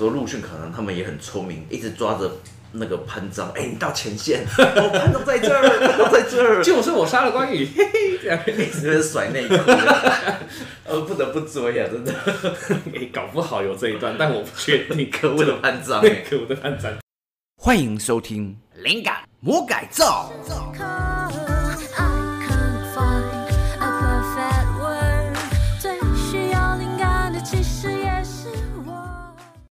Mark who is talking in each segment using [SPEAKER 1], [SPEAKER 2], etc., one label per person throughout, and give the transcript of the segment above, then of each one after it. [SPEAKER 1] 说陆逊可能他们也很聪明，一直抓着那个潘璋，哎、你到前线，哦，潘璋在这儿，潘璋在这儿，
[SPEAKER 2] 就是我杀了关羽，嘿嘿，这样
[SPEAKER 1] 一直在甩内裤， 呃，不得不追啊，真的，
[SPEAKER 2] 诶哎搞不好有这一段，但我不确定。可恶
[SPEAKER 1] 为了
[SPEAKER 2] 的
[SPEAKER 1] 潘璋、
[SPEAKER 2] 那
[SPEAKER 1] 哎
[SPEAKER 2] 可恶的暗战。
[SPEAKER 1] 欢迎收听《灵感魔改造》。
[SPEAKER 3] I can't find a perfect word，最需要灵感的其实也是我。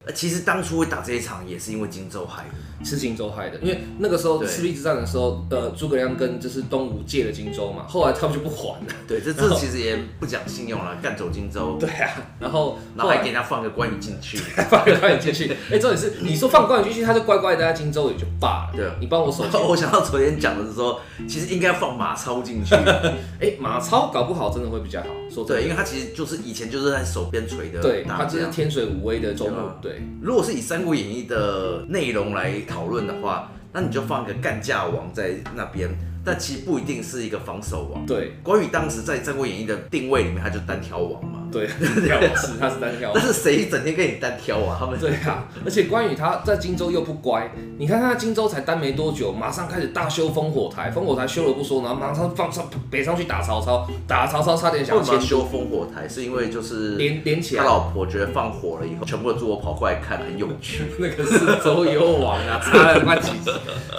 [SPEAKER 1] 呃其实当初会打这一场，也是因为荆州害的。
[SPEAKER 2] 是荆州害的，因为那个时候
[SPEAKER 1] 对
[SPEAKER 2] 赤壁之战的时候，呃，诸葛亮跟就是东吴借了荆州嘛，后来他们就不还了。
[SPEAKER 1] 对，这
[SPEAKER 2] 然
[SPEAKER 1] 这
[SPEAKER 2] 后
[SPEAKER 1] 其实也不讲信用了，干走荆州，
[SPEAKER 2] 对啊，然后
[SPEAKER 1] 然后
[SPEAKER 2] 后
[SPEAKER 1] 还给
[SPEAKER 2] 来
[SPEAKER 1] 人家放个关羽进去，
[SPEAKER 2] 放了关羽进去，哎，重点是你说放关羽进去，他就乖乖待在荆州也就罢了。
[SPEAKER 1] 对啊
[SPEAKER 2] 你帮我守 荆
[SPEAKER 1] 我想到昨天讲的是说，其实应该放马超进 去，
[SPEAKER 2] 哎，马超搞不好真的会比较好，说
[SPEAKER 1] 对，因
[SPEAKER 2] 真的，
[SPEAKER 1] 为他其实就是以前就是在手边锤的
[SPEAKER 2] 对，
[SPEAKER 1] 打
[SPEAKER 2] 他就是
[SPEAKER 1] 这样
[SPEAKER 2] 天水武威的周
[SPEAKER 1] 对
[SPEAKER 2] 牧
[SPEAKER 1] 啊，
[SPEAKER 2] 对，
[SPEAKER 1] 如果是以《三国演义》的内容来讨论的话，那你就放一个干架王在那边，但其实不一定是一个防守王。
[SPEAKER 2] 对，
[SPEAKER 1] 关羽当时在《三国演义》的定位里面，他就单挑王嘛。
[SPEAKER 2] 对， 跳舞是他是单挑舞
[SPEAKER 1] 但。是谁整天跟你单挑啊？他们
[SPEAKER 2] 对啊，而且关羽他在荆州又不乖，你看他在荆州才待没多久，马上开始大修烽火台，烽火台修了不说，然后马上放上北上去打曹操，打曹操差点想
[SPEAKER 1] 为
[SPEAKER 2] 要
[SPEAKER 1] 什么要
[SPEAKER 2] 迁
[SPEAKER 1] 修
[SPEAKER 2] 都，
[SPEAKER 1] 烽火台？是因为就是
[SPEAKER 2] 连连起
[SPEAKER 1] 哦他
[SPEAKER 2] 来，
[SPEAKER 1] 老婆觉得放火了以后，全部的诸侯跑过来看，很有趣。
[SPEAKER 2] 那个是周幽王啊， 差了他妈几级，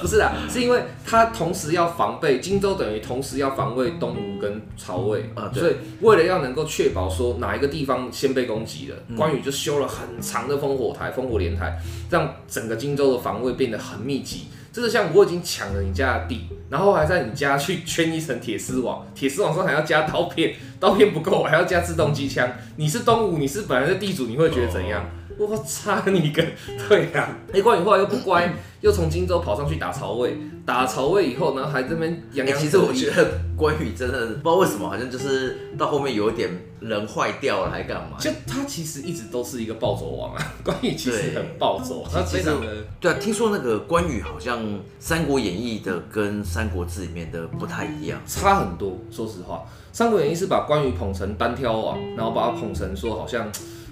[SPEAKER 2] 不是啊，是因为他同时要防备荆州，等于同时要防卫东吴跟曹魏
[SPEAKER 1] 啊对
[SPEAKER 2] 所以为了要能够确保说哪一个地方先被攻击了，
[SPEAKER 1] 嗯
[SPEAKER 2] 关羽就修了很长的烽火台、烽火连台，让整个荆州的防卫变得很密集。就是像我已经抢了你家的地，然后还在你家去圈一层铁丝网，铁丝网上还要加刀片，刀片不够，我还要加自动机枪。你是东吴，你是本来的地主，你会觉得怎
[SPEAKER 1] 哦
[SPEAKER 2] 样？我擦你个！对呀、啊，哎、关羽后来又不乖，又从荆州跑上去打曹魏，打了曹魏以后呢，还这边洋
[SPEAKER 1] 哎
[SPEAKER 2] 洋得意、
[SPEAKER 1] 其实我觉得关羽真的不知道为什么，好像就是到后面有一点人坏掉了，还干嘛？
[SPEAKER 2] 就他其实一直都是一个暴走王啊，关羽其实很暴走，他
[SPEAKER 1] 其
[SPEAKER 2] 非
[SPEAKER 1] 实
[SPEAKER 2] 常的
[SPEAKER 1] 对啊，听说那个关羽好像《三国演义》的跟《三国志》里面的不太一样。
[SPEAKER 2] 差很多。说实话，《三国演义》是把关羽捧成单挑王，然后把他捧成说好像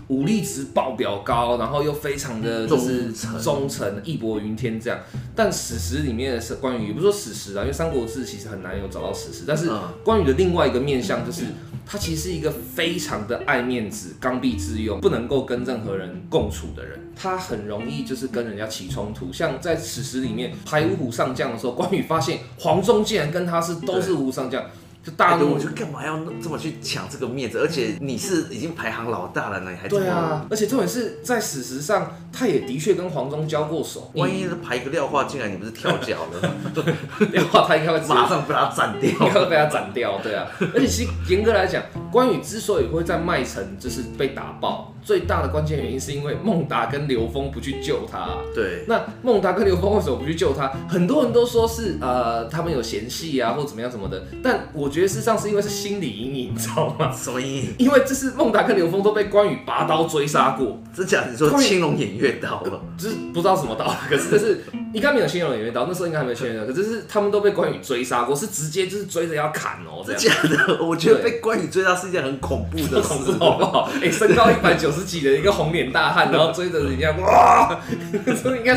[SPEAKER 2] 武力值爆表高，然后又非常的就是
[SPEAKER 1] 忠诚
[SPEAKER 2] 忠诚、义薄云天这样。但史实里面的是关羽，也不是说史实啊，因为《三国志》其实很难有找到史实，但是
[SPEAKER 1] 嗯
[SPEAKER 2] 关羽的另外一个面向就是。他其实是一个非常的爱面子、刚愎自用，不能够跟任何人共处的人。他很容易就是跟人家起冲突，像在史实里面，排五虎上将的时候，关羽发现黄忠竟然跟他是都是五虎上将，就大
[SPEAKER 1] 哎对
[SPEAKER 2] 怒
[SPEAKER 1] 我。就干嘛要那这么去抢这个面子？而且你是已经排行老大了呢，你还这
[SPEAKER 2] 对
[SPEAKER 1] 么？
[SPEAKER 2] 啊，而且重点是在史实上，他也的确跟黄忠交过手。
[SPEAKER 1] 万 一排个廖化进来，你不是跳脚了，
[SPEAKER 2] 的话，啊他应该会直接
[SPEAKER 1] 马上被他斩 掉。
[SPEAKER 2] 应该会被他斩掉，对啊。而且其实严格来讲，关羽之所以会在麦城就是被打爆，最大的关键原因是因为孟达跟刘封不去救他、
[SPEAKER 1] 对，
[SPEAKER 2] 那孟达跟刘邦为什么不去救他？很多人都说是呃他们有嫌隙啊，或怎么样什么的，但我觉得事实上是因为是心理阴影，你知道吗？
[SPEAKER 1] 所以
[SPEAKER 2] 因为这是孟达跟刘峰都被关羽拔刀追杀过，
[SPEAKER 1] 真假？你说
[SPEAKER 2] 关于啊
[SPEAKER 1] 青龙偃月 刀了，
[SPEAKER 2] 就是不知道什么刀，可是这是应该没有新人演员刀，那时候应该还没有新人演员刀，可是是他们都被关羽追杀过，是直接就是追着要砍哦、这
[SPEAKER 1] 真
[SPEAKER 2] 样。
[SPEAKER 1] 假的？我觉得
[SPEAKER 2] 对
[SPEAKER 1] 被关羽追杀是一件很恐怖
[SPEAKER 2] 不
[SPEAKER 1] 的
[SPEAKER 2] 恐怖
[SPEAKER 1] 事。
[SPEAKER 2] 好不好？哎、身高一百九十几的一个红脸大汉，然后追着人家，哇， 这应该，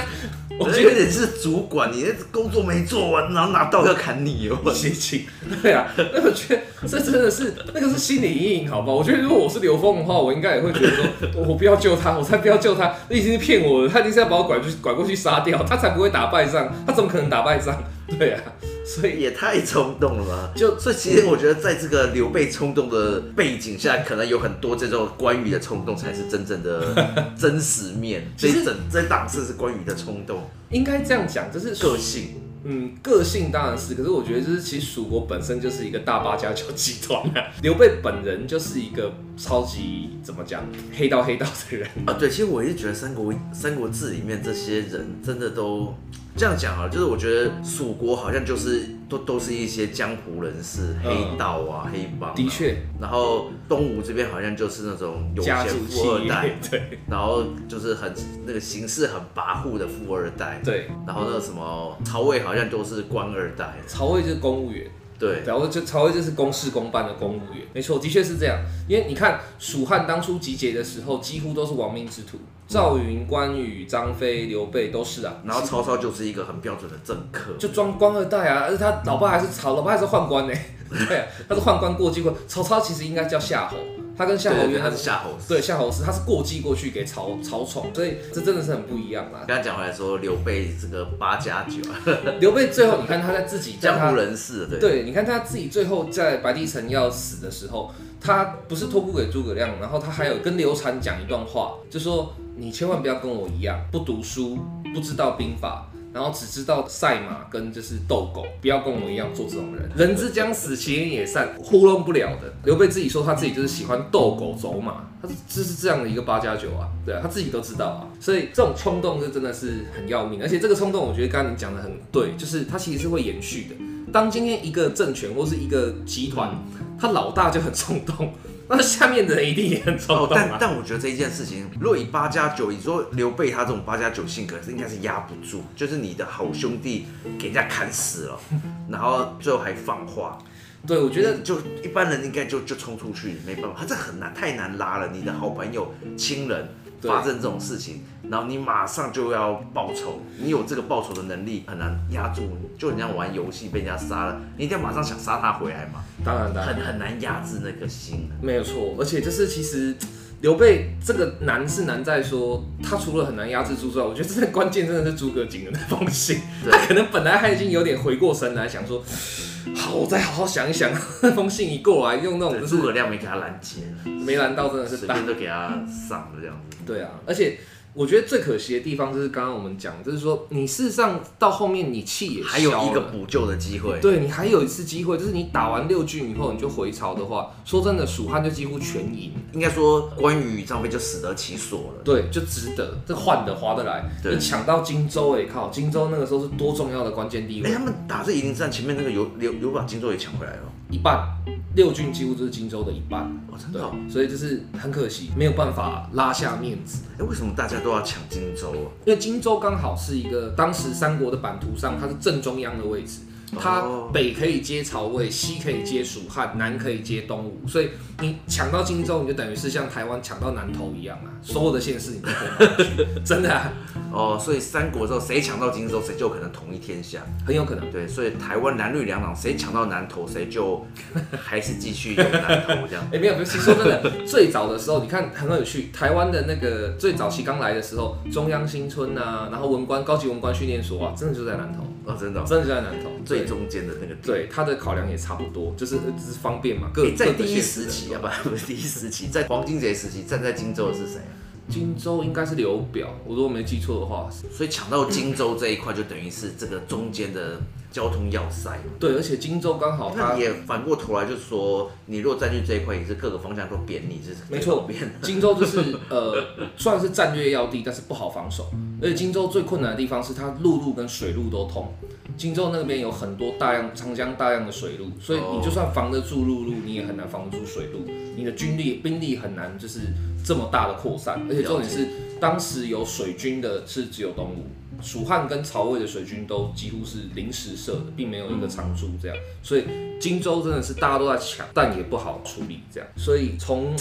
[SPEAKER 2] 我
[SPEAKER 1] 我
[SPEAKER 2] 觉
[SPEAKER 1] 觉
[SPEAKER 2] 得
[SPEAKER 1] 得你是主管，你的工作没做完，然后拿刀要砍你 哦。
[SPEAKER 2] 心情。对啊，那我觉得这真的是那个是心理阴影，好吧？我觉得如果我是刘峰的话，我应该也会觉得说，我不要救他，我才不要救他，那已经是骗我了，他一定是要把我拐去拐过去杀掉，他才不会打败仗，他怎么可能打败仗？对啊，所以
[SPEAKER 1] 也太冲动了吧！
[SPEAKER 2] 就
[SPEAKER 1] 所以其实我觉得，在这个刘备冲动的背景下，可能有很多这种关羽的冲动才是真正 的真实面。这
[SPEAKER 2] 其实
[SPEAKER 1] 一整这档次是关羽的冲动、
[SPEAKER 2] 应该这样讲，就是
[SPEAKER 1] 个性。
[SPEAKER 2] 嗯，个性当然是，可是我觉得就是其实蜀国本身就是一个大八家酒集团啊。 刘备本人就是一个超级怎么讲，黑道黑道的人。
[SPEAKER 1] 啊，对，其实我也是觉得《三国三国志》里面这些人真的都这样讲啊，就是我觉得蜀国好像就是都都是一些江湖人士、
[SPEAKER 2] 嗯
[SPEAKER 1] 黑道啊、黑帮、
[SPEAKER 2] 的，确，
[SPEAKER 1] 然后东吴这边好像就是那种有
[SPEAKER 2] 家
[SPEAKER 1] 钱
[SPEAKER 2] 族企
[SPEAKER 1] 富二代
[SPEAKER 2] 业，， 对
[SPEAKER 1] 然后就是很那个形式很跋扈的富二代，
[SPEAKER 2] 对。
[SPEAKER 1] 然后那个什么曹魏好像都是官二代，
[SPEAKER 2] 曹魏就是公务员，
[SPEAKER 1] 对，
[SPEAKER 2] 然后就曹魏就是公事公办的公务员，没错，的确是这样。因为你看蜀汉当初集结的时候，几乎都是亡命之徒，赵云、关羽、张飞、刘备都是啊，
[SPEAKER 1] 然后曹操就是一个很标准的政客，
[SPEAKER 2] 就装官二代啊，而且他老爸还是曹，老爸还是宦 官呢、对、啊，他是宦官过继过。曹操其实应该叫夏侯，他跟夏侯
[SPEAKER 1] 对对，
[SPEAKER 2] 渊
[SPEAKER 1] 他是夏侯
[SPEAKER 2] 对夏侯氏，他是过继过去给曹曹宠，所以这真的是很不一样啊啦。
[SPEAKER 1] 刚刚讲回来说，刘备这个八加九，啊
[SPEAKER 2] 刘备最后你看他在自己在他
[SPEAKER 1] 江湖人士，啊对，
[SPEAKER 2] 对，你看他自己最后在白帝城要死的时候，他不是托孤给诸葛亮，然后他还有跟刘禅讲一段话，就说你千万不要跟我一样，不读书，不知道兵法。然后只知道赛马跟就是斗狗，不要跟我一样做这种人。人之将死，其言也善，糊弄不了的。刘备自己说他自己就是喜欢斗狗走马，他是这是这样的一个八加九啊，对啊，他自己都知道啊。所以这种冲动是真的是很要命，而且这个冲动我觉得刚刚你讲的很对，就是它其实是会延续的。当今天一个政权或是一个集团，他老大就很冲动， 那下面的人一定也很冲
[SPEAKER 1] 哦，
[SPEAKER 2] 动
[SPEAKER 1] 但
[SPEAKER 2] 啊。
[SPEAKER 1] 但我觉得这一件事情，如果以八加九，你说刘备他这种八加九性格，是应该是压不住，就是你的好兄弟给人家砍死 了，然后最后还放话，
[SPEAKER 2] 对，我觉得
[SPEAKER 1] 就一般人应该就就冲出去，没办法，他这很难，太难拉了。你的好朋友、亲人
[SPEAKER 2] 对
[SPEAKER 1] 发生这种事情，然后你马上就要报仇，你有这个报仇的能力，很难压住，就人家玩游戏被人家杀了，你一定要马上想杀他回来 嘛，
[SPEAKER 2] 当然当然
[SPEAKER 1] 很很难压制那个心。
[SPEAKER 2] 没有错，而且就是其实刘备这个难是难在说他除了很难压制住之外，我觉得真的关键真的是诸葛瑾的那封信，
[SPEAKER 1] 对
[SPEAKER 2] 他可能本来他已经有点回过神来，想说 好我再好好想一 想，那封信一过来用那种
[SPEAKER 1] 对
[SPEAKER 2] 就是
[SPEAKER 1] 诸葛亮没给他拦截了，
[SPEAKER 2] 没拦到真的是
[SPEAKER 1] 随
[SPEAKER 2] 大
[SPEAKER 1] 便都给他上了这样子。
[SPEAKER 2] 对啊，而且我觉得最可惜的地方就是刚刚我们讲，就是说你事实上到后面你气也消了
[SPEAKER 1] 还有一个补救的机会，
[SPEAKER 2] 对你还有一次机会，就是你打完六郡以后你就回朝的话，说真的，蜀汉就几乎全赢，
[SPEAKER 1] 应该说关羽、张飞就死得其所了。
[SPEAKER 2] 对，就值得，这换的划得来。
[SPEAKER 1] 对
[SPEAKER 2] 你抢到荆州、哎靠，荆州那个时候是多重要的关键地
[SPEAKER 1] 哎、
[SPEAKER 2] 位，
[SPEAKER 1] 他们打这夷陵战前面那个有有有把荆州也抢回来了，
[SPEAKER 2] 一半六郡几乎就是荆州的一半，
[SPEAKER 1] 哦，真
[SPEAKER 2] 对
[SPEAKER 1] 的、哦。，
[SPEAKER 2] 所以就是很可惜，没有办法拉下面子。
[SPEAKER 1] 哎、为什么大家都要抢荆州啊？
[SPEAKER 2] 因为荆州刚好是一个当时三国的版图上，它是正中央的位置，它
[SPEAKER 1] 哦
[SPEAKER 2] 北可以接曹魏，西可以接蜀汉，南可以接东吴，所以你抢到荆州，你就等于是像台湾抢到南投一样啊，所有的县市你都可以拿去真的啊、
[SPEAKER 1] 哦，所以三国之后谁抢到荆州，谁就可能统一天下。
[SPEAKER 2] 很有 可能。
[SPEAKER 1] 对，所以台湾蓝绿两党谁抢到南投，谁就还是继续有南投 这样。
[SPEAKER 2] 哎、没有，没有其实说真的，最早的时候，你看很有趣，台湾的那个最早期刚来的时候，中央新村啊，然后文官高级文官训练所啊，真的就在南投，
[SPEAKER 1] 哦，真的哦、
[SPEAKER 2] 真的就在南投，
[SPEAKER 1] 最
[SPEAKER 2] 对
[SPEAKER 1] 中间的那个地。
[SPEAKER 2] 对它的考量也差不多，就是呃只是方便嘛，各、
[SPEAKER 1] 哎在
[SPEAKER 2] 各
[SPEAKER 1] 第
[SPEAKER 2] 个
[SPEAKER 1] 一
[SPEAKER 2] 县
[SPEAKER 1] 时
[SPEAKER 2] 市
[SPEAKER 1] 期
[SPEAKER 2] 的
[SPEAKER 1] 啊，不， 不是第一时期，在黄金贼时期，站在荆州的是谁啊？
[SPEAKER 2] 荆州应该是刘表，我如果没记错的话，
[SPEAKER 1] 所以抢到荆州这一块，就等于是这个中间的交通要塞。
[SPEAKER 2] 对，而且荆州刚好
[SPEAKER 1] 那
[SPEAKER 2] 它
[SPEAKER 1] 你也反过头来就说，你若占据这一块，也是各个方向都扁你，就是
[SPEAKER 2] 没错
[SPEAKER 1] 扁。
[SPEAKER 2] 荆州就是呃，虽然是战略要地，但是不好防守。而且荆州最困难的地方是它陆路跟水路都通，荆州那边有很多大量长江大量的水路，所以
[SPEAKER 1] 哦
[SPEAKER 2] 你就算防得住陆路，你也很难防得住水路，你的军力兵力很难就是这么大的扩散。而且重点是，当时有水军的是只有东吴。蜀汉跟曹魏的水军都几乎是临时设的，并没有一个常驻这样，所以荆州真的是大家都在抢，但也不好处理这样。所以从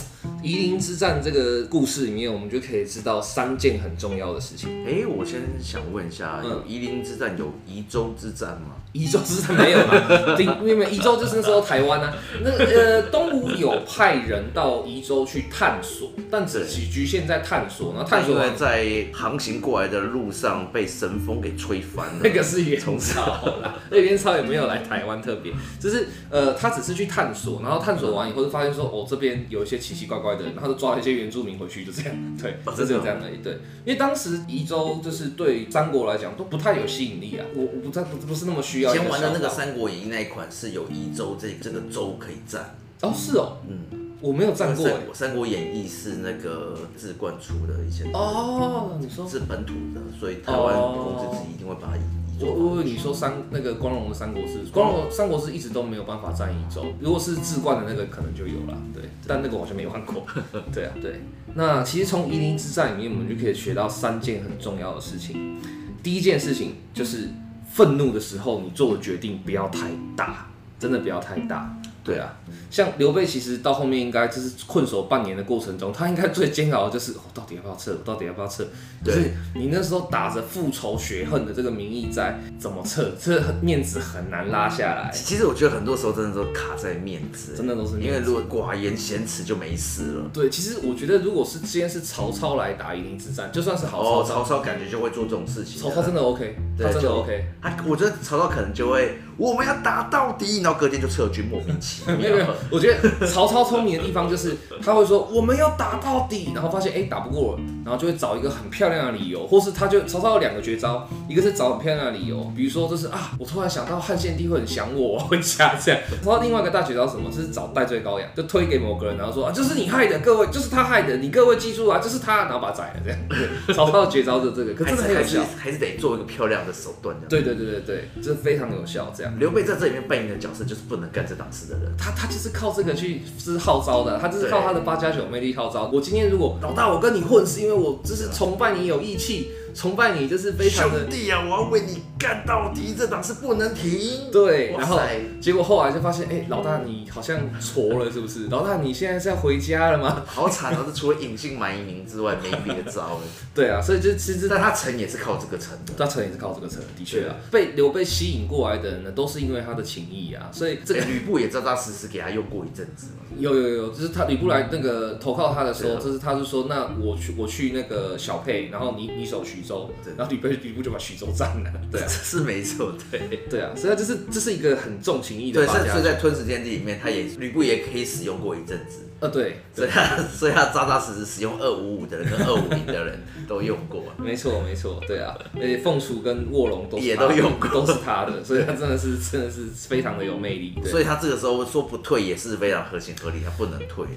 [SPEAKER 2] 夷陵之战这个故事里面，我们就可以知道三件很重要的事情。
[SPEAKER 1] 哎、我先想问一下，
[SPEAKER 2] 嗯
[SPEAKER 1] 有夷陵之战，有夷州之战吗？
[SPEAKER 2] 宜州之战没有 嘛？顶没有没有，宜州就是那时候台湾啊。那呃，东吴有派人到宜州去探索，但只局局限在探索，然后探索
[SPEAKER 1] 因
[SPEAKER 2] 完
[SPEAKER 1] 为在航行过来的路上被神风给吹翻了。
[SPEAKER 2] 那个是元朝啦， 那元朝也没有来台湾特别，就是呃，他只是去探索，然后探索完以后就发现说，哦，这边有一些奇奇怪怪的人，然后就抓了一些原住民回去，就这样， 对
[SPEAKER 1] 哦，
[SPEAKER 2] 这
[SPEAKER 1] 真的哦
[SPEAKER 2] 就这样而已。对，因为当时宜州就是对三国来讲都不太有吸引力啊，我我不太不不是那么需
[SPEAKER 1] 以
[SPEAKER 2] 要一个嗯
[SPEAKER 1] 前玩的那个
[SPEAKER 2] 小
[SPEAKER 1] 《
[SPEAKER 2] 岛
[SPEAKER 1] 三国演义》那一款是有夷州这这个州可以占，
[SPEAKER 2] 哦是哦，
[SPEAKER 1] 嗯，
[SPEAKER 2] 我没有站过哎
[SPEAKER 1] 三，《三国演义》是那个志冠出的，以前
[SPEAKER 2] 哦，你说
[SPEAKER 1] 是本土的，所以台湾公司自己一定会把它移移
[SPEAKER 2] 我
[SPEAKER 1] 走。
[SPEAKER 2] 我以为哦你说三那个光荣的三国志，光荣的三国志一直都没有办法占一周，如果是志冠的那个可能就有了，嗯对，但那个我好像没玩 过。对啊，对。那其实从夷陵之战里面，我们就可以学到三件很重要的事情。第一件事情就是愤怒的时候，你做的决定不要太大，真的不要太大。对啊，像刘备其实到后面应该就是困守半年的过程中，他应该最煎熬的就是我、哦到底要不要撤，我到底要不要撤？可
[SPEAKER 1] 对
[SPEAKER 2] 是你那时候打着复仇雪恨的这个名义在，怎么撤？这面子很难拉下来。
[SPEAKER 1] 其实我觉得很多时候真的都卡在面子，
[SPEAKER 2] 真的都是面子
[SPEAKER 1] 因为如果寡言咸耻就没事了。
[SPEAKER 2] 对，其实我觉得，如果是今天是曹操来打夷陵之战，就算是好曹
[SPEAKER 1] 哦，
[SPEAKER 2] 操，
[SPEAKER 1] 曹操感觉就会做这种事情。
[SPEAKER 2] 曹操真的 OK，
[SPEAKER 1] 对
[SPEAKER 2] 他真的
[SPEAKER 1] 就
[SPEAKER 2] OK。
[SPEAKER 1] 他，啊我觉得曹操可能就会，我们要打到底，然后隔天就撤军，莫名其
[SPEAKER 2] 没有没有
[SPEAKER 1] 妙。，
[SPEAKER 2] 我觉得曹操聪明的地方就是他会说我们要打到底，然后发现哎、打不过了，然后就会找一个很漂亮的理由，或是他就曹操有两个绝招，一个是找很漂亮的理由，比如说就是啊我突然想到汉献帝会很想我，我要回家这样。曹操另外一个大绝招是什么？就是找戴罪羔羊，就推给某个人，然后说啊就是你害的，各位就是他害的，你各位记住啊，就是他，然后把他宰了这样。对曹操的绝招就是这个，可
[SPEAKER 1] 还
[SPEAKER 2] 真
[SPEAKER 1] 是
[SPEAKER 2] 的很有
[SPEAKER 1] 还是
[SPEAKER 2] 效。
[SPEAKER 1] 还是得做一个漂亮的手段这样。
[SPEAKER 2] 对对对对对，这非常有效这样。
[SPEAKER 1] 刘备在这里面扮演的角色就是不能干这档事的人。
[SPEAKER 2] 他他就是靠这个去是号召的，他就是靠他的八加九魅力号召。我今天如果老大我跟你混，是因为我就是
[SPEAKER 1] 啊
[SPEAKER 2] 崇拜你有义气，崇拜你就是非常的
[SPEAKER 1] 兄弟啊，我要为你干到底，这档事不能停。
[SPEAKER 2] 对。
[SPEAKER 1] 哇
[SPEAKER 2] 然后
[SPEAKER 1] 塞
[SPEAKER 2] 结果后来就发现，哎、老大你好像挫了，是不是？老大你现在是要回家了吗？
[SPEAKER 1] 好惨哦！这除了隐姓埋名之外，没别的招了。
[SPEAKER 2] 对啊，所以就其实
[SPEAKER 1] 但他成也是靠这个成的。
[SPEAKER 2] 他成也是靠这个成的，的确啊，被刘备吸引过来的人呢，都是因为他的情谊啊，所以这
[SPEAKER 1] 这
[SPEAKER 2] 个
[SPEAKER 1] 个吕布也扎扎实实给他用过一阵子嘛。
[SPEAKER 2] 有有有，就是他吕布来那个投靠他的时候，
[SPEAKER 1] 对啊
[SPEAKER 2] 就是他就说，那我去我去那个小沛，然后你你守徐州
[SPEAKER 1] 对，
[SPEAKER 2] 然后吕布吕布就把徐州占了，对
[SPEAKER 1] 这
[SPEAKER 2] 啊
[SPEAKER 1] 是没错的。
[SPEAKER 2] 对啊，所以他就是这是一个很重情义的
[SPEAKER 1] 对，
[SPEAKER 2] 八
[SPEAKER 1] 甚
[SPEAKER 2] 家
[SPEAKER 1] 至在《吞食天地》里面，他也吕布也可以使用过一阵子，
[SPEAKER 2] 呃对，
[SPEAKER 1] 所以他所以他扎扎实实使用二五五的人跟二五零的人都用过。
[SPEAKER 2] 没错没错，对啊，而且凤雏跟卧龙都是
[SPEAKER 1] 也
[SPEAKER 2] 他的
[SPEAKER 1] 都用过
[SPEAKER 2] 都是他的，所以他真的是真的是非常的有魅力，对
[SPEAKER 1] 所以他这个时候说不退也是非常合情合理，他不能退啊，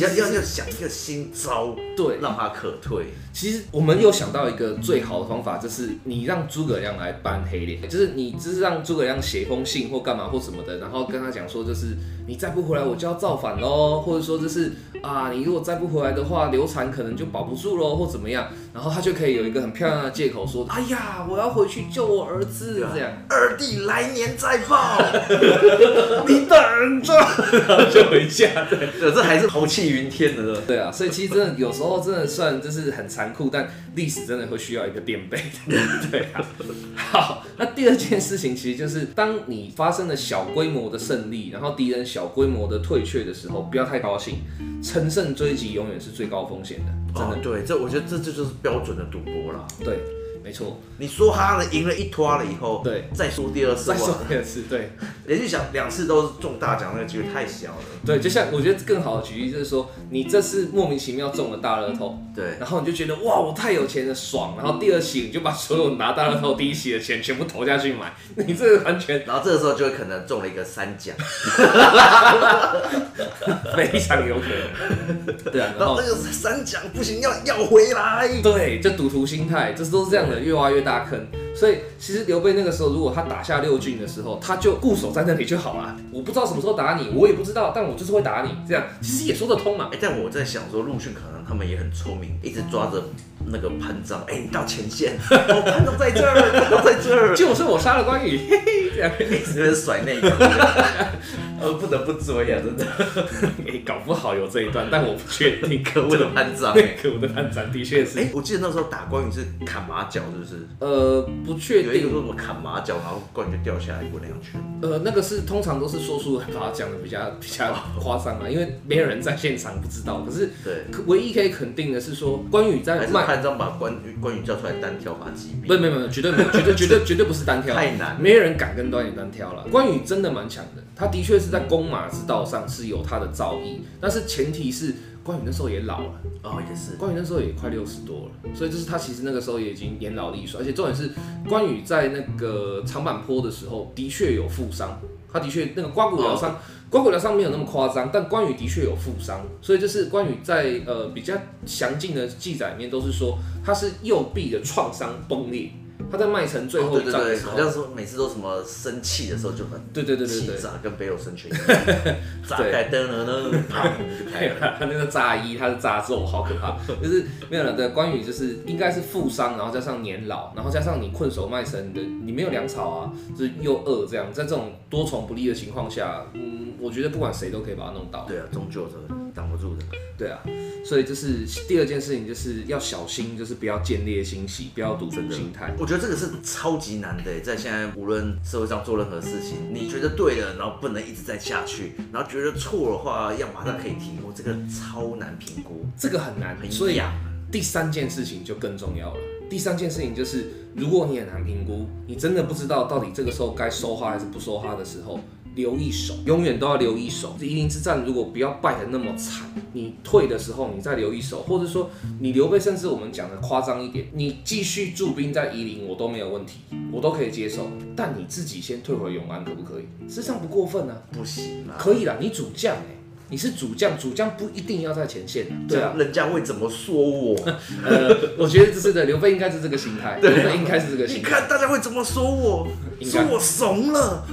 [SPEAKER 1] 要要要想一个新招，
[SPEAKER 2] 对
[SPEAKER 1] 让他可退。
[SPEAKER 2] 其实我们又想到一个最好的方法，就是你让诸葛亮来扮黑脸，就是你就是让诸葛亮写一封信或干嘛或什么的，然后跟他讲说，就是你再不回来我就要造反喽，或者说就是啊，你如果再不回来的话，刘禅可能就保不住喽，或怎么样，然后他就可以有一个很漂亮的借口说，哎呀，我要回去救我儿子这
[SPEAKER 1] 啊
[SPEAKER 2] 样。
[SPEAKER 1] 二弟来年再报，
[SPEAKER 2] 你等着，然后就回家。对
[SPEAKER 1] 对，这还是豪气云天 的。
[SPEAKER 2] 对啊，所以其实真的有时候真的算就是很残酷，但历史真的会需要一个垫背。对啊。好，那第二件事情其实就是，当你发生了小规模的胜利，然后敌人小规模的退却的时候，不要太高兴。乘胜追击永远是最高风险的，真的。
[SPEAKER 1] 哦，对，这我觉得这这就是标准的赌博啦。
[SPEAKER 2] 对，没错。
[SPEAKER 1] 你说哈了，赢了一拖了以后，
[SPEAKER 2] 对
[SPEAKER 1] 再输第二次，
[SPEAKER 2] 再
[SPEAKER 1] 哇
[SPEAKER 2] 说一次，对。
[SPEAKER 1] 连续想两次都是中大奖，那个机会太小了。
[SPEAKER 2] 对，就像我觉得更好的举例就是说，你这次莫名其妙中了大乐透，
[SPEAKER 1] 嗯对，
[SPEAKER 2] 然后你就觉得哇，我太有钱了，爽。然后第二期你就把所有拿大乐透第一期的钱全部投下去买， 你这个完全
[SPEAKER 1] 然后这个时候就会可能中了一个三奖，
[SPEAKER 2] 非常有可能。对啊，然
[SPEAKER 1] 然后
[SPEAKER 2] 后
[SPEAKER 1] 这个三奖不行，要要回来。
[SPEAKER 2] 对，就赌徒心态，这都是这样的，越挖越大坑。所以其实刘备那个时候，如果他打下六郡的时候，他就固守在那里就好了。我不知道什么时候打你，我也不知道，但我就是会打你，这样其实也说得通嘛。
[SPEAKER 1] 哎，但我在想说，陆逊可能他们也很聪明，一直抓着那个潘璋，哎，你到前 线，哦，潘璋在这儿，潘璋在这儿，
[SPEAKER 2] 就是我杀了关羽， 嘿嘿，这样。
[SPEAKER 1] 一直在那边甩内 裤，呃，不得不追啊，真的，
[SPEAKER 2] 哎，搞不好有这一段，但我不确 定。可
[SPEAKER 1] 为了潘璋，
[SPEAKER 2] 对
[SPEAKER 1] 哎，
[SPEAKER 2] 可恶的判长的确是。
[SPEAKER 1] 哎，我记得那时候打关羽是砍马脚，是不是？
[SPEAKER 2] 呃，不确
[SPEAKER 1] 有一个
[SPEAKER 2] 定，
[SPEAKER 1] 说什么砍马脚，然后冠军掉下来滚两圈。
[SPEAKER 2] 呃，那个是通常都是说出来把它讲的比较比较夸张啊，因为没有人在现场不知道。
[SPEAKER 1] 嗯
[SPEAKER 2] 可是
[SPEAKER 1] 对，
[SPEAKER 2] 可唯一可以肯定的是说，关羽
[SPEAKER 1] 还
[SPEAKER 2] 在
[SPEAKER 1] 是
[SPEAKER 2] 卖，
[SPEAKER 1] 潘璋把关羽关羽叫出来单挑把他击
[SPEAKER 2] 不，
[SPEAKER 1] 毙。
[SPEAKER 2] 没有没有，绝对没 有，绝对绝对绝对不是单挑，啊
[SPEAKER 1] 太难了
[SPEAKER 2] 没有人敢跟关羽单挑了。关羽真的蛮强的，他的确是在弓马之道上是有他的造诣，但是前提是关羽那时候也老了。
[SPEAKER 1] 哦，也是，
[SPEAKER 2] 关羽那时候也快六十多了，所以就是他其实那个时候也已经年老力衰，而且重点是关羽在那个长坂坡的时候的确有负伤，他的确那个刮骨疗
[SPEAKER 1] 哦
[SPEAKER 2] 伤，刮骨疗伤没有那么夸张，但关羽的确有负伤，所以就是关羽在呃比较详尽的记载里面都是说他是右臂的创伤崩裂，他在麦城最
[SPEAKER 1] 哦
[SPEAKER 2] 后
[SPEAKER 1] 对
[SPEAKER 2] 一
[SPEAKER 1] 对
[SPEAKER 2] 仗的
[SPEAKER 1] 对，
[SPEAKER 2] 时候
[SPEAKER 1] 好，像说每次都什么生气的时候就很
[SPEAKER 2] 对对对对
[SPEAKER 1] 气
[SPEAKER 2] 对，
[SPEAKER 1] 炸，跟北斗神拳一 样，炸开灯了呢，砰就开
[SPEAKER 2] 对
[SPEAKER 1] 了。
[SPEAKER 2] 他 那个炸衣，他是炸肉，好可怕。就是没有了。对，关羽就是应该是负伤，然后加上年老，然后加上你困守麦城，你的你没有粮草啊，就是又饿这样，在这种多重不利的情况下，嗯，我觉得不管谁都可以把它弄到。
[SPEAKER 1] 对啊，终究是挡不住的。
[SPEAKER 2] 对啊，所以就是第二件事情就是要小心，就是不要见猎心喜，不要赌徒心态。
[SPEAKER 1] 我觉得这个是超级难的，在现在无论社会上做任何事情，你觉得对了，然后不能一直在下去，然后觉得错的话要马上可以提，我这个超难评估。
[SPEAKER 2] 这个很难
[SPEAKER 1] 很，
[SPEAKER 2] 所以
[SPEAKER 1] 痒
[SPEAKER 2] 第三件事情就更重要了。第三件事情就是，如果你很难评估，你真的不知道到底这个时候该收哈还是不收哈的时候，留一手，永远都要留一手。夷陵之战如果不要败得那么惨，你退的时候你再留一手，或者说你刘备，甚至我们讲的夸张一点，你继续驻兵在夷陵，我都没有问题，我都可以接受。但你自己先退回永安，可不可以？事实上不过分啊，
[SPEAKER 1] 不行啦，
[SPEAKER 2] 可以啦，你主将哎、你是主将，主将不一定要在前线，对啊，
[SPEAKER 1] 人家会怎么说 我？
[SPEAKER 2] 呃，我觉得这是的，刘备应该是这个心态，刘备应该是这个
[SPEAKER 1] 你
[SPEAKER 2] 心态，
[SPEAKER 1] 看大家会怎么说我？
[SPEAKER 2] 应该
[SPEAKER 1] 说我怂了，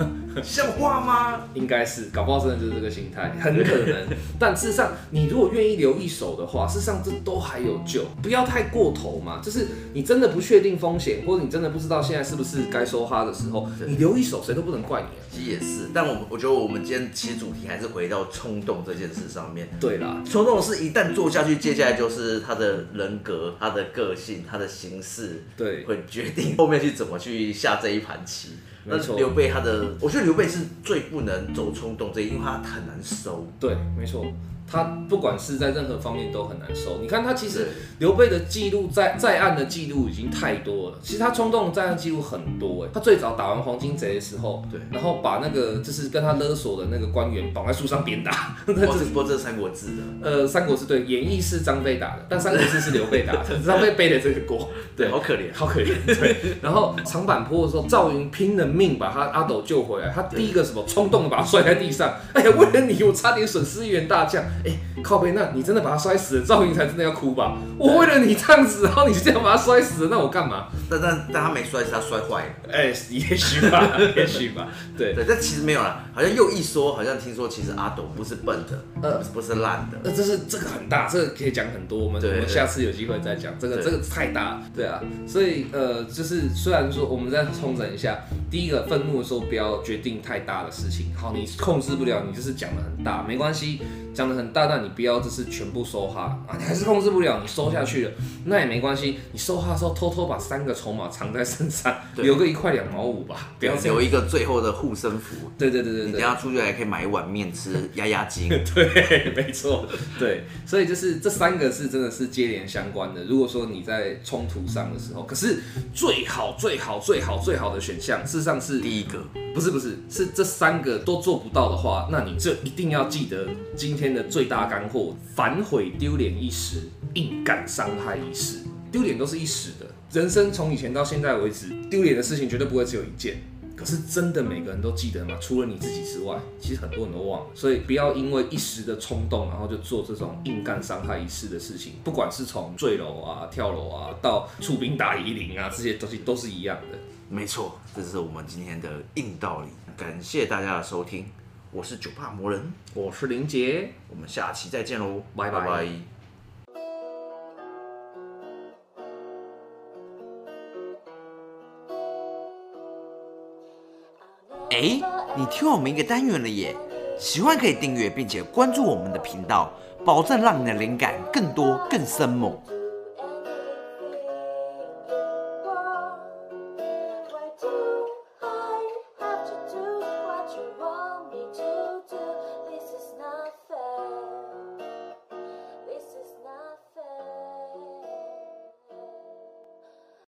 [SPEAKER 1] 像话吗？
[SPEAKER 2] 应该是，搞不好真的就是这个心态，很可能。但事实上，你如果愿意留一手的话，事实上这都还有救，不要太过头嘛。就是你真的不确定风险，或者你真的不知道现在是不是该收哈的时候，你留一手，谁都不能怪你啊。
[SPEAKER 1] 其实也是，但我们我觉得我们今天其实主题还是回到冲动这件事上面。
[SPEAKER 2] 对啦，
[SPEAKER 1] 冲动是一旦做下去，接下来就是他的人格、他的个性、他的行事，
[SPEAKER 2] 对
[SPEAKER 1] 会决定后面去怎么去下这一盘棋。那
[SPEAKER 2] 没错
[SPEAKER 1] 刘备他的，我觉得刘备是最不能走冲动这一，因为他很难收。
[SPEAKER 2] 对，没错。他不管是在任何方面都很难收。你看他其实
[SPEAKER 1] 对
[SPEAKER 2] 刘备的记录在在案的记录已经太多了，其实他冲动的在案记录很多哎、他最早打完黄金贼的时候，
[SPEAKER 1] 对
[SPEAKER 2] 然后把那个就是跟他勒索的那个官员绑在树上鞭打，
[SPEAKER 1] 哇，这不过这是三国志的，
[SPEAKER 2] 呃，三国志对，演义是张飞打的，但三国志是刘备 打的，张飞背了这个锅， 对，
[SPEAKER 1] 好可怜。啊
[SPEAKER 2] 好可怜。 对，然后长坂坡的时候，赵云拼了命把他阿斗救回来，他第一个什么冲动的把他摔在地上，哎呀，为了你，我差点损失一员大将。 哎，靠背，那你真的把他摔死了，赵云才真的要哭吧？我为了你这样子，然后你就这样把他摔死了，那我干嘛？
[SPEAKER 1] 但但但他没摔，是他摔坏了。
[SPEAKER 2] 哎，也许吧， 也许吧，对。
[SPEAKER 1] 对，但其实没有啦，好像又一说，好像听说其实阿斗不是笨的，
[SPEAKER 2] 呃
[SPEAKER 1] 不是烂的。
[SPEAKER 2] 那这是这个很大，这个可以讲很多，我们
[SPEAKER 1] 对
[SPEAKER 2] 我们
[SPEAKER 1] 对
[SPEAKER 2] 下次有机会再讲。这个
[SPEAKER 1] 对
[SPEAKER 2] 这个太大了，对啊，所以呃，就是虽然说我们再重整一下，第一个愤怒的时候不要决定太大的事情，好，你控制不了，你就是讲的很大，没关系，讲的很大，但你不要就是全部收哈啊，你还是控制不了，你收下去了，那也没关系，你收哈的时候偷偷把三个筹码藏在身上，
[SPEAKER 1] 对
[SPEAKER 2] 留个一块两毛五吧，不要这样
[SPEAKER 1] 啊留。一个最后的护身符，
[SPEAKER 2] 对对对对
[SPEAKER 1] 你等，
[SPEAKER 2] 对
[SPEAKER 1] 下出去还可以买一碗面吃压压惊。
[SPEAKER 2] 对，没错，对，所以就是这三个是真的是接连相关的。如果说你在冲突上的时候，可是最好最好最好最好的选项，事实上是
[SPEAKER 1] 第一个，
[SPEAKER 2] 不是不是是这三个都做不到的话，那你就一定要记得今天的最大干货：反悔丢脸一时，硬干伤害一世。丢脸都是一时的，人生从以前到现在为止，丢脸的事情绝对不会只有一件。可是真的每个人都记得吗？除了你自己之外，其实很多人都忘了。所以不要因为一时的冲动，然后就做这种硬干伤害一世的事情。不管是从坠楼啊、跳楼啊，到出兵打夷陵啊，这些东西都是一样的。
[SPEAKER 1] 没错，这是我们今天的硬道理。感谢大家的收听，我是九怕魔人，
[SPEAKER 2] 我是林杰。
[SPEAKER 1] 我们下期再见喽，
[SPEAKER 2] 拜拜
[SPEAKER 1] 哎，你听我们一个单元了耶！喜欢可以订阅并且关注我们的频道，保证让你的灵感更多更生猛。